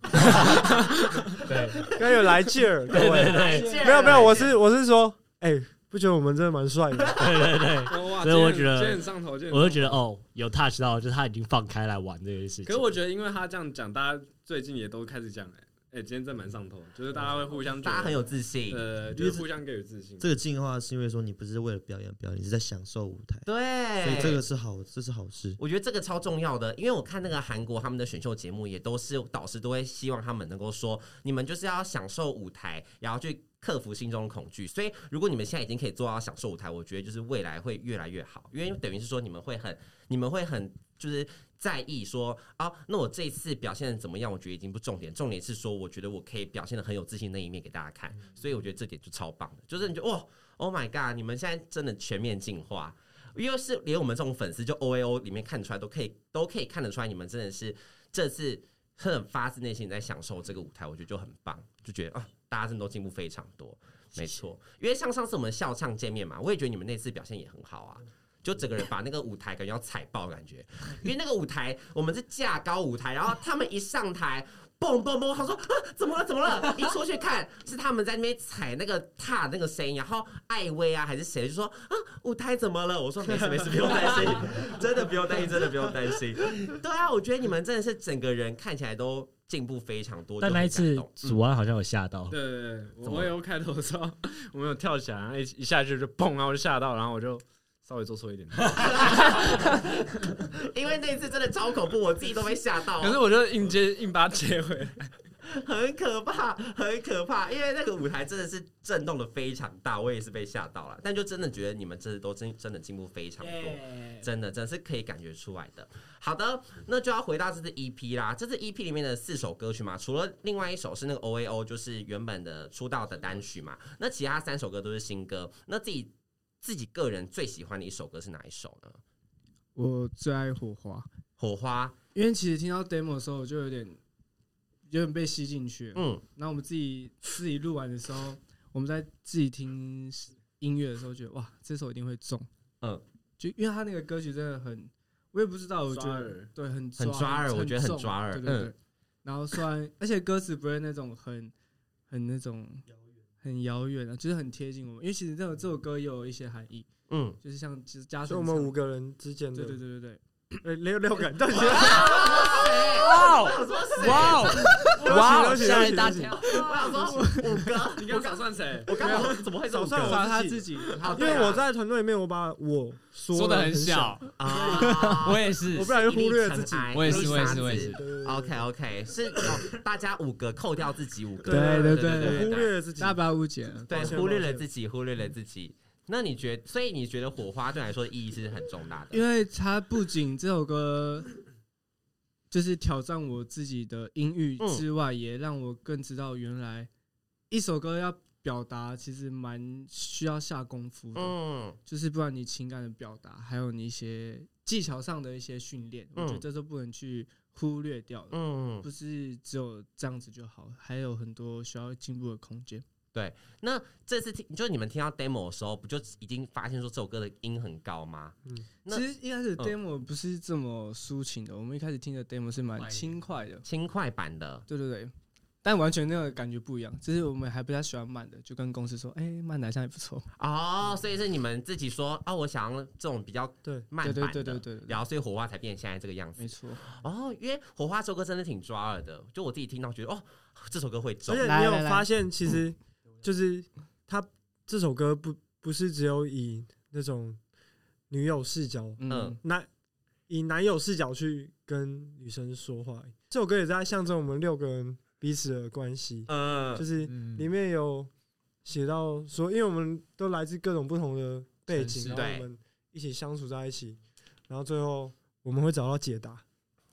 刚有来劲儿，各位。对没有没有，我是我是说，哎，不觉得我们真的蛮帅的？对对对，哇所以我觉得今天很上头，今天很上头我就觉得哦，有 touch 到，就是他已经放开来玩这件事情。可是我觉得，因为他这样讲，大家最近也都开始讲，哎、哎、今天真蛮上头，就是大家会互相觉得，大家很有自信。呃，就是互相给予自信。这个进化是因为说你不是为了表演表演，你是在享受舞台，对，所以这个是好，这是好事。我觉得这个超重要的，因为我看那个韩国他们的选秀节目，也都是导师都会希望他们能够说，你们就是要享受舞台，然后去克服心中的恐惧。所以，如果你们现在已经可以做到享受舞台，我觉得就是未来会越来越好，因为等于是说你们会很，你们会很就是在意说啊，那我这一次表现的怎么样？我觉得已经不重点，重点是说我觉得我可以表现的很有自信的那一面给大家看。所以我觉得这点就超棒的，就是你就哇，Oh my god，你们现在真的全面进化。因为是连我们这种粉丝，就 O A O 里面看出来，都可以都可以看得出来，你们真的是这次很发自内心在享受这个舞台，我觉得就很棒，就觉得啊，大家真的都进步非常多，没错。因为像上次我们校唱见面嘛，我也觉得你们那次表现也很好啊。就整个人把那个舞台感觉要踩爆，感觉，因为那个舞台我们是架高舞台，然后他们一上台，蹦蹦蹦，他说、啊、怎么了怎么了？一出去看是他们在那边踩那个踏那个声音，然后艾薇啊还是谁就说啊舞台怎么了？我说没事没事，不用担心，真的不用担心，真的不用担心。对啊，我觉得你们真的是整个人看起来都进步非常多，但就很那一次感动祖安好像有吓到，对对对，怎我么我有开头的时候，我们有跳起来，然后一一下去就蹦，然后我就吓到，然后我就稍微做错一点。因为那一次真的超恐怖，我自己都被吓到。可是我就硬接硬把它接回来。很可怕，很可怕，因为那个舞台真的是震动的非常大，我也是被吓到了。但就真的觉得你们这都真真的进步非常多真的真的是可以感觉出来的。好的，那就要回到这支 EP 啦。这支 EP 里面的四首歌曲嘛，除了另外一首是那个 O A O，就是原本的出道的单曲嘛，那其他三首歌都是新歌。那自己自己个人最喜欢的一首歌是哪一首呢？我最爱火花，火花，因为其实听到 demo 的时候，我就有点有点被吸进去了。嗯，然后我们自己自己录完的时候，我们在自己听音乐的时候，觉得哇，这首一定会中。嗯，就因为他那个歌曲真的很，我也不知道，我觉得抓耳对很很抓耳我觉得很重抓耳对对对。嗯然后虽然而且歌词不是那种很很那种很遥远的，就是很贴近我们。因为其实这首这首歌也有一些含义，嗯，就是像其实加就上我们五个人之间的对对对对对，对六六感，到底哇哇哦！哇哦吓了一大跳。我想说五哥，你刚刚算谁？我刚刚怎么会这总么算抓他我自自己，己，好，因为啊我在团队里面我把我说说的的很小小，，啊，我也是我，不然忽略自己。我也是，我也是，我也是对。对对 OK OK，是哦大家五个扣掉自己五个，对对对对我忽略了自己大家。不要误解了。对抱歉忽略抱了歉自己，忽略了自己。那你觉所以你觉得火花对你来说意义是很重大的？因为它不仅这首 歌就是挑战我自己的音域之嗯外，也让我更知道原来一首歌要表达其实蛮需要下功夫的，嗯就是不然你情感的表达，还有你一些技巧上的一些训练，我觉得这都不能去忽略掉的。嗯，不是只有这样子就好，还有很多需要进步的空间。那这次听就是你们听到 demo 的时候，不就已经发现说这首歌的音很高吗？那嗯其实一开始 demo 不是这么抒情的，我们一开始听的 demo 是蛮轻快的，轻快版的，对对对，但完全那个感觉不一样。就是我们还比较喜欢慢的，就跟公司说，哎、慢的好像也不错。哦，所以是你们自己说啊，我想要这种比较对慢对版对的，对对对对对，然后所以火花才变成现在这个样子没。错。哦，因为火花这首歌真的挺抓耳的，就我自己听到觉得哦，这首歌会中而，且你来来有来发现，其实就是他这首歌不不是只有以那种女友视角，嗯嗯，男以男友视角去跟女生说话。这首歌也在象征我们六个人彼此的关系，嗯就是嗯里面有写到说，因为我们都来自各种不同的背景，城然市后我们一起相处在一起，然后最后我们会找到解答。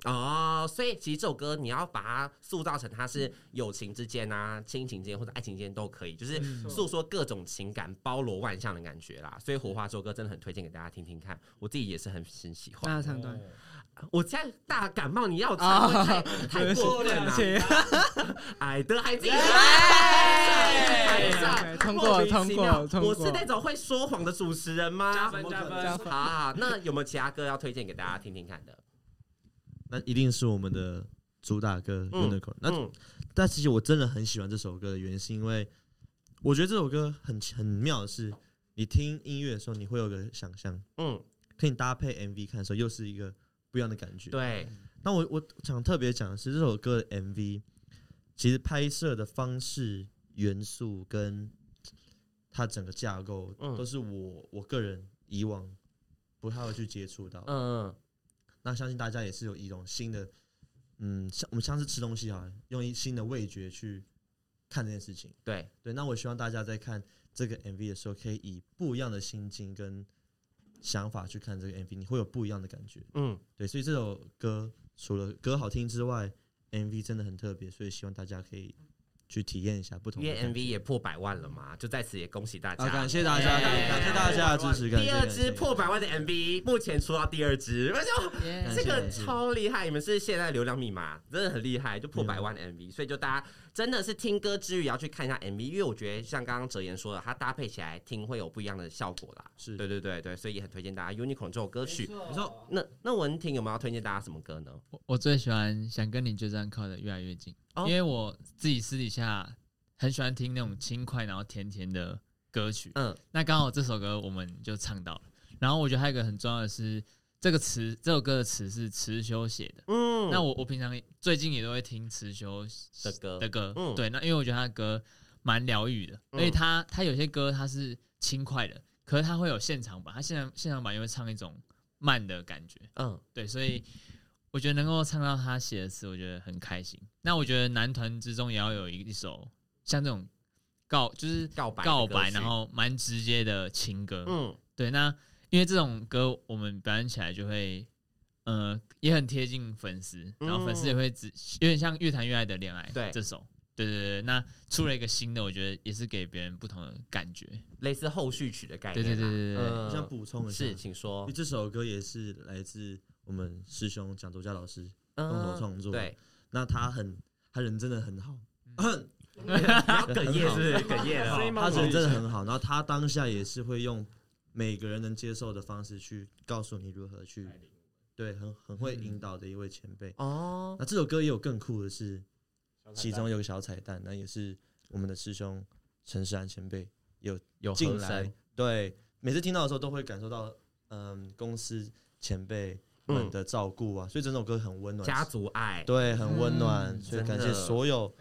哦，所以其实这首歌你要把它塑造成它是友情之间啊、亲情之间或者爱情之间都可以，就是诉说各种情感、包罗万象的感觉啦。所以火花这首歌真的很推荐给大家听听看，我自己也是很很喜欢。那他唱哦段，我现在大感冒，你要唱哦会太太过分啊了，矮的还自己来，哎通过莫名通其妙过通我过，是那种会说谎的主持人吗？加分加分好好，好那有没有其他歌要推荐给大家听听看的？嗯那一定是我们的主打歌《嗯 Unicorn》。那嗯但其实我真的很喜欢这首歌的原因，是因为我觉得这首歌很很妙的是，你听音乐的时候，你会有个想象，嗯，可以搭配 MV 看的时候，又是一个不一样的感觉。。对，那我我想特别讲的是，这首歌的 MV 其实拍摄的方式、元素跟它整个架构，嗯都是我我个人以往不太会去接触到的。嗯那相信大家也是有一种新的，嗯，像我们像是吃东西好了，用一新的味觉去看这件事情。对，对，那我希望大家在看这个 MV 的时候，可以以不一样的心境跟想法去看这个 MV，你会有不一样的感觉。嗯。对，所以这首歌除了歌好听之外，MV 真的很特别，所以希望大家可以去体验一下不同因的为感觉。 MV 也破百万了嘛，就在此也恭喜大家。啊，感谢大家，耶感谢大家的支持。感谢第二支感谢破百万的 MV 目前出到第二支，我就感谢这个感谢超厉害！你们是现在流量密码，真的很厉害，就破百万的嗯 MV，所以就大家真的是听歌之余也要去看一下 MV，因为我觉得像刚刚哲言说的，它搭配起来听会有不一样的效果啦。是对对对对，所以也很推荐大家《Unicorn》这首歌曲。你说那那文婷有没有要推荐大家什么歌呢？我我最喜欢《想跟你就这样靠得越来越近》。哦因为我自己私底下很喜欢听那种轻快然后甜甜的歌曲。嗯嗯，那刚好这首歌我们就唱到了。然后我觉得还有一个很重要的是，这个词这首歌的词是辞修写的。嗯那我我平常也最近也都会听辞修的歌的歌，嗯对，那因为我觉得他的歌蛮疗愈的，嗯而且他他有些歌他是轻快的，可是他会有现场版，他现场现场版又会唱一种慢的感觉，嗯对，所以我觉得能够唱到他写的词，我觉得很开心。那我觉得男团之中也要有一一首像这种告，就是告白的告歌白，曲然后蛮直接的情歌，嗯对，那因为这种歌我们表演起来就会，呃，也很贴近粉丝，然后粉丝也会只有点像越谈越爱的恋爱，对这首，对对对。那出了一个新的，我觉得也是给别人不同的感觉，类似后续曲的概对念对啦，对对对对。嗯我想补充一下，是，请因说为，这首歌也是来自我们师兄蒋卓佳老师共同创作。嗯对，，嗯那他很，他人真的很好， 哽咽是不是哿 咽了，他人真的嗯很好。然后他当下也是会用每个人能接受的方式去告诉你如何去，对，很很会引导的一位前辈。 嗯哦，那这首歌也有更酷的是，其中有个小彩蛋，那也是我们的师兄陈世安前辈哦有进和来声，，对，每次听到的时候都会感受到，嗯，公司前辈嗯们嗯的照顾啊，所以整首歌很温暖，家族爱，对，很温暖，嗯所以真感的谢所有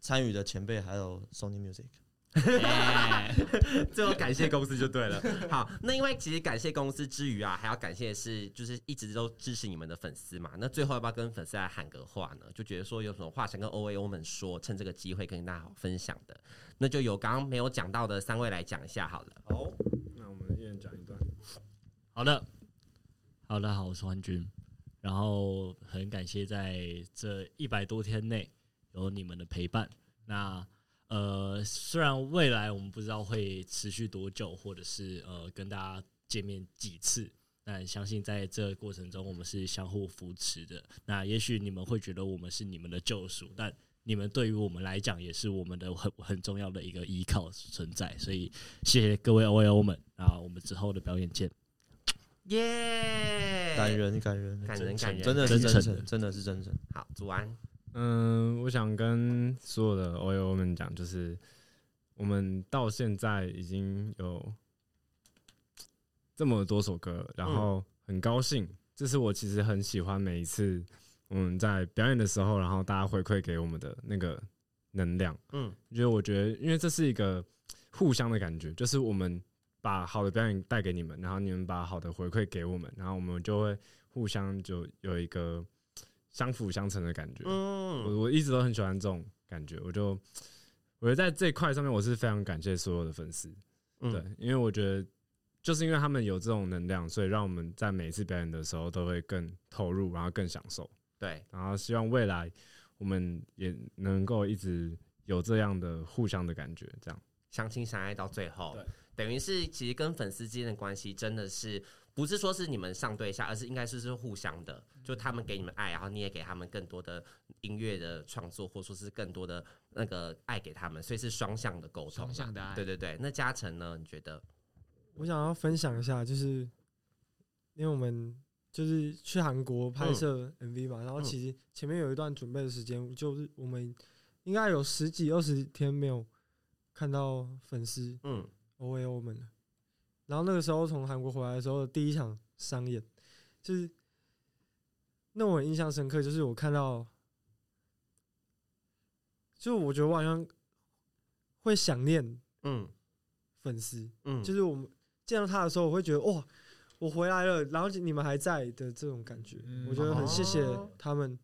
参与的前辈，还有 Sony Music。哎 最后感谢公司就对了。好，那因为其实感谢公司之余啊，还要感谢的是就是一直都支持你们的粉丝嘛。那最后要不要跟粉丝来喊个话呢？就觉得说有什么话想跟 O A O 们说，趁这个机会跟大家分享的，那就由刚刚没有讲到的三位来讲一下好了。好，那我们一人讲一段。好的，好的，好，我是欢君，然后很感谢在这一百多天内有你们的陪伴。那呃，虽然未来我们不知道会持续多久，或者是呃跟大家见面几次，但相信在这个过程中我们是相互扶持的。那也许你们会觉得我们是你们的救赎，但你们对于我们来讲也是我们的很很重要的一个依靠存在。所以谢谢各位 O L 们，那我们之后的表演见。耶、感人，感人，哎感人真诚感人真的是真真诚诚，真的是真诚。好，祖安，嗯，我想跟所有的 O L 们讲，就是我们到现在已经有这么多首歌，然嗯后很高兴，这是我其实很喜欢每一次我们在表演的时候，然后大家回馈给我们的那个能量。嗯因为我觉得，因为这是一个互相的感觉，就是我们把好的表演带给你们，然后你们把好的回馈给我们，然后我们就会互相就有一个相辅相成的感觉。嗯，我我一直都很喜欢这种感觉，我就我觉得在这一块上面，我是非常感谢所有的粉丝，嗯对，因为我觉得就是因为他们有这种能量，所以让我们在每一次表演的时候都会更投入，然后更享受。对，然后希望未来我们也能够一直有这样的互相的感觉，这样。相亲相爱到最后对，等于是其实跟粉丝之间的关系真的是不是说是你们上对下，而是应该是是互相的，就他们给你们爱，然后你也给他们更多的音乐的创作，或说是更多的那个爱给他们，所以是双向的沟通双嘛。向的爱，对对对，那嘉诚呢？你觉得？我想要分享一下，就是因为我们就是去韩国拍摄嗯 MV 嘛，然后其实前面有一段准备的时间，就是我们应该有十几二十天没有看到粉丝嗯 O A O 们了。然后那个时候从韩国回来的时候，第一场商演就是那我很印象深刻，就是我看到，就我觉得我好像会想念嗯粉丝，嗯，就是是我们见到他的时候，我会觉得哇，我回来了，然后你们还在的这种感觉，嗯我觉得很谢谢哦他们，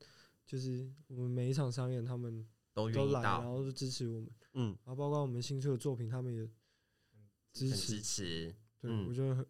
就是我们每一场商演他们都愿都意来，哦然到，后就支持我们，嗯，然后包括我们新出的作品，他们也支很持支，持。对嗯我觉得很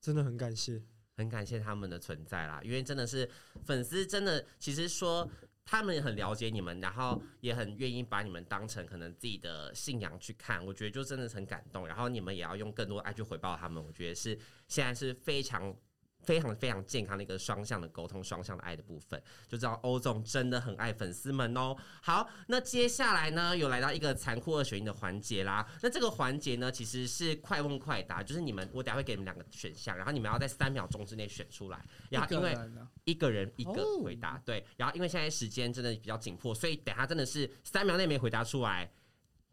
真的很感谢，很感谢他们的存在啦，因为真的是粉丝真的，其实说他们也很了解你们，然后也很愿意把你们当成可能自己的信仰去看，我觉得就真的是很感动。然后你们也要用更多爱去回报他们，我觉得是现在是非常非常非常健康的一个双向的沟通、双向的爱的部分，就知道欧总真的很爱粉丝们哦。好，那接下来呢，有来到一个残酷二选一的环节啦。那这个环节呢，其实是快问快答，就是你们我等下会给你们两个选项，然后你们要在三秒钟之内选出来，然后因为一个人一个回哦答，对。然后因为现在时间真的比较紧迫，所以等下真的是三秒内没回答出来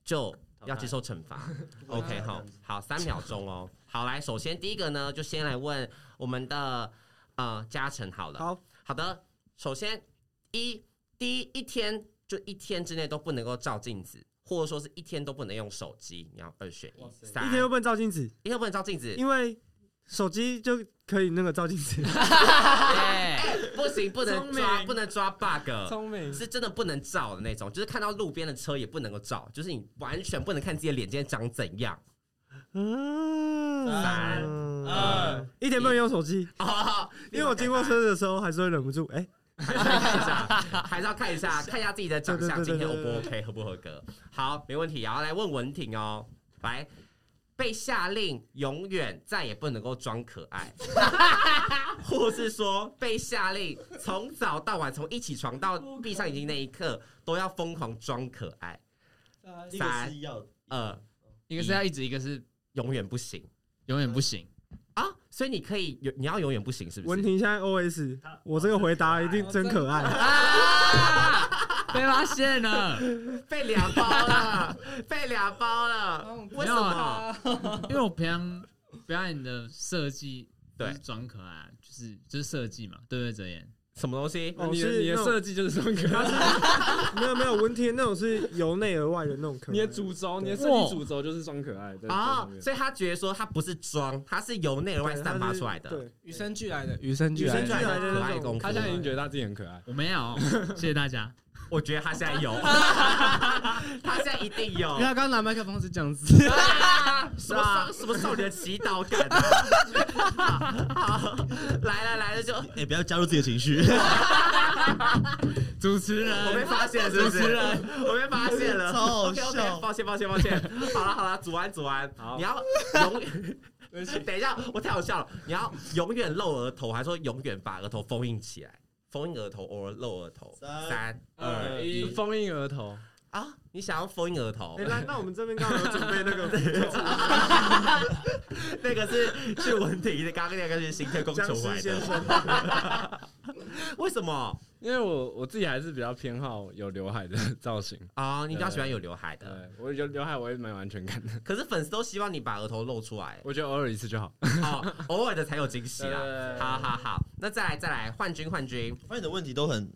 就要接受惩 罚。OK，好，好，三秒钟哦。好，来，首先第一个呢，就先来问我们的呃嘉诚好了。好，好的，首先一第一一天就一天之内都不能够照镜子。或者说是一天都不能用手机，你要二选一。三一天又不能照镜子，一天不能照 镜子，因为手机就可以那个照镜 子。啊不行，不能抓，不能抓 bug。聪明，是真的不能照的那种，就是看到路边的车也不能够照，就是你完全不能看自己的脸今天长怎样。嗯，三二一点不能用手机，哦，因为我经过车子的时候还是会忍不住，哎，还是要看一下， 还是要看一下，看一下自己的长相对今对对天对 O 对不 OK，合不合格。好，没问题。然后来问文婷哦，来被下令永远再也不能够装可爱， 或是说被下令从早到晚，从一起床到闭上眼睛那一刻都要疯狂装可爱。一个是要呃，一个是要一直，一个是永远不行永远不行。啊，所以你可以有你要永远不行，是不是？文婷现在 OS，我这个回答一定真可爱。哦啊！ 被发现了，被俩包 了，被俩包了，呃为什啊么？因为我平常表演的设计对就是装可爱啊，就是就是设计嘛，对不对？哲言，什么东西？哦，你的是你的那种设计就是这么可爱。没有没有，文婷那种是由内而外的那种可爱。你的主轴，你的设哇计主轴就是装可爱在啊、上面所以他觉得说他不是装，他是由内而外对散发出来的，它是与生俱来的，与生俱对，来生的俱来的可爱那功种。他现在已经觉得他自己很可爱，我没有，谢谢大家。我觉得他现在 有，他现在一定有 因为。他刚拿麦克风是这样子，啊什么少什么少女的祈祷感、啊？ 好，来来来了就哎、不要加入自己的情绪。主持我被人，发现了，是不是？我被发现了，超好 OK，OK，笑抱歉，抱歉，抱歉。好了，好了，祖安，祖安，你要永 远。等一下，我太好笑了。你要永远露额头，还说永远把额头封印起来？封印额头，偶尔露额头。三三二一一呃封印额头，啊！你想要封印额头 哎，？那那我们这边刚好有准备那个那个是是文婷的，刚刚那个是新天宫僵求回尸来先的。生，为什么因为我我自己还是比较偏好有刘海的 造型，啊？你比较喜欢有刘海对的，我有刘海我也蛮有安全感的，可是粉丝都希望你把额头露出来。我觉得偶尔一 次就好。哦，偶尔的才有惊喜对对啦。对好 好好，那再来再来，幻君幻君，发现你的问题都很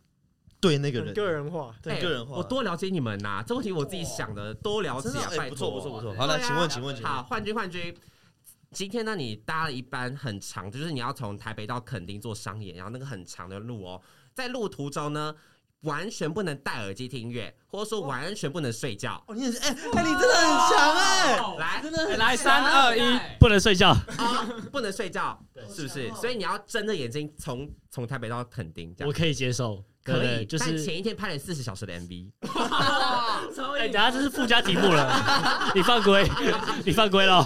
对那个很人，个人化。对、哎个人化。我多了解你们呐，这问题我自己想的，多了解真的啊，哎、拜不错托，不错不错。对啊好来，请问请问请问，好，幻君幻君。今天呢，你搭了一班很长，就是你要从台北到垦丁做商演，然后那个很长的路哦，在路途中呢，完全不能戴耳机听音乐，或者说完全不能睡觉。哦，你很哎、哎你真的很强哎、欸来，真的很来三二一， 不能睡觉。啊，不能睡觉，是不是？所以你要睁着眼睛从从台北到垦丁，这样我可以接受，可对以。就但是前一天拍了四十小时的 MV，哎，等下这是附加题目了，你犯规，你犯规了，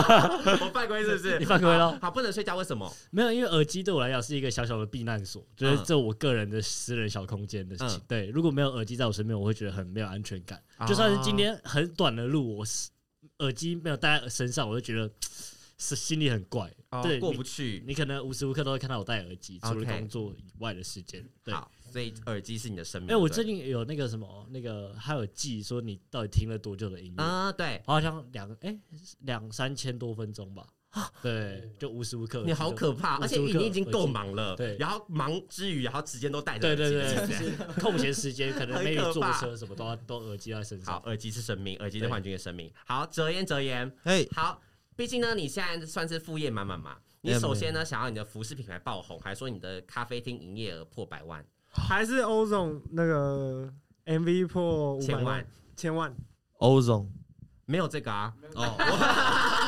我犯规是不你是？犯规了。好，不能睡觉，为什么？没有，因为耳机对我来讲是一个小小的避难所，就是嗯这我个人的私人小空间的事情嗯。对，如果没有耳机在我身边，我会觉得很没有安全感。啊就算是今天很短的路，我是耳机没有戴在身上，我就觉得是心里很怪。哦对，过你不去，你可能无时无刻都会看到我戴耳机，除了 OK 工作以外的时间。对，好，所以耳机是你的生命。哎，我嗯对最近有那个什么，那个还有记说你到底听了多久的音乐，啊，对，好像两哎两三千多分钟吧。对，就无时无刻。啊你好可怕，而且你已经够忙。忙了，对然后忙之余，然后时间都带着，对对是 对，不就是是空闲时间 可能很 maybe 可坐怕车什么都要都耳机在身好上，。耳机是生命，耳机是对幻君的生命。好，哲言哲言，哎、好，毕竟呢，你现在算是副业满满嘛。你没有首先呢，想要你的服饰品牌爆红，还说你的咖啡厅营业额破百万、还是欧总那个 MV 破五百千万万，，千万， Ozone，没有这个啊？ 哦，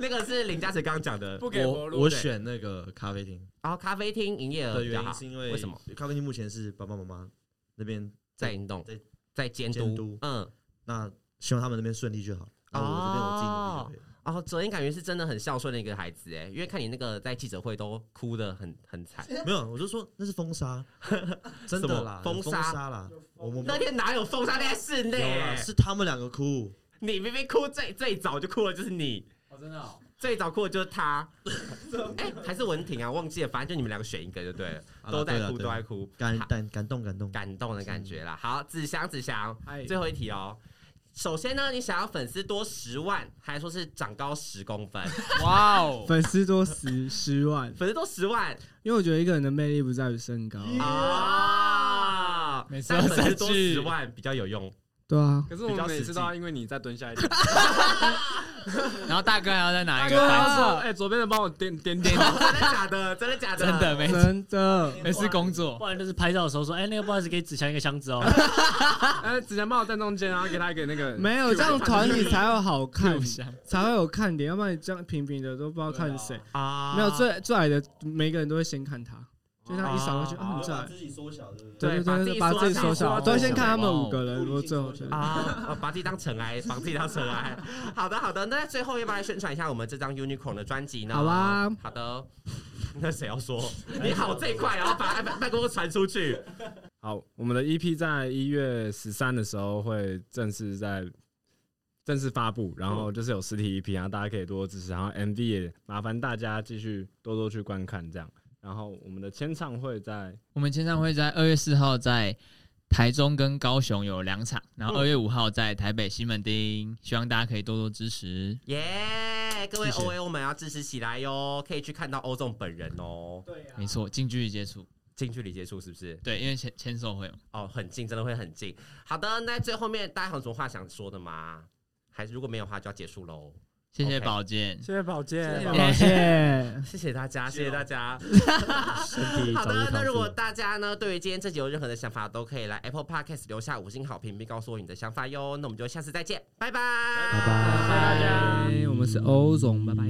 那个是林嘉诚刚刚讲的。不给我我我我选那个咖啡厅然后咖啡厅营业额的呃比较原好因，是因为为什么？咖啡厅目前是爸爸妈妈那边在运动在，在监监督嗯，那希望他们那边顺利就好。那我这边我自己努力就可以了。哦，昨天感觉是真的很孝顺的一个孩子哎，因为看你那个在记者会都哭的很很惨， 没有，我就说那是 封杀，真的啦，什么有封封杀杀啦，我们那天哪有封杀在室内有欸啦，？是他们两个哭，你明明哭最最早就哭了，就是你。哦，真的哦，最早哭的就是 他，哎、还是文婷啊，忘记了，反正就你们两个选一个就对了，好啦都在啊对啦哭，对都啦在哭，感好感感动感动，感动的感觉啦。好，子祥，子祥，嗨，最后一题哦。首先呢，你想要粉丝多十万，还说是长高十公分，哇哦，粉丝多十十万，粉丝多十 万因为我觉得一个人的魅力不在于身高，啊！每次但都粉丝生多气十万比较有用，对啊， 可是我比较们实际每次都要因为你再蹲下一点，然后大哥还要再拿一对个板子，啊，哎，左边的帮我点点点，真的假的？真的假的？真的没真的，没事工作不然就是拍照的时候说，哎、那个不好意思，给子强一个箱子哦。哎，只能帮我站中间，然后给他一个那个，没有这样团体才会好看互，相才会有看点，要不然你这样平平的都不知道看谁。啊没有最最矮的，每个人都会先看他，就像一扫过去，啊啊，你最矮。己缩小，对不对？对把对自己对，把缩自己小缩缩小，小对，先看他们哇哦五个人，如果最后缩小啊，哦把自己当尘埃，把自己当尘埃。 好的，好的，那最后要不要来宣传一下我们这张 Unicorn 的专辑呢？好啊，好的。 那谁要说？你好这一块，然后把麦麦克风传出去。好，我们的 EP 在一月十三的时候会正式在正式发布，然嗯后就是有实体 E EP，然后大家可以多多支持，然后 MV 也麻烦大家继续多多去观看这样。然后我们的签唱会在我们签唱会在二月四号在台中跟高雄有两场，然嗯后二月五号在台北西门町，希望大家可以多多支持。耶、各位谢谢 O A 我们要支持起来哟，可以去看到欧总本人哦，没错，近距离接触，近距离接触是不是？对，因为签签售会嘛，哦，很近，真的会很近。好的，那最后面大家还有什么话想说的吗？还是如果没有的话就要结束喽。谢谢 OK 宝剑，谢谢宝谢剑谢，宝谢谢。谢谢大家，谢谢大家。身体 好早日的，那康如果复。大家呢对于今天这集有任何的想法，都可以来 Apple Podcast 留下五星好评，并告诉我你的想法哟。那我们就下次再见，拜拜，拜拜拜哎拜，我们是欧总，拜拜。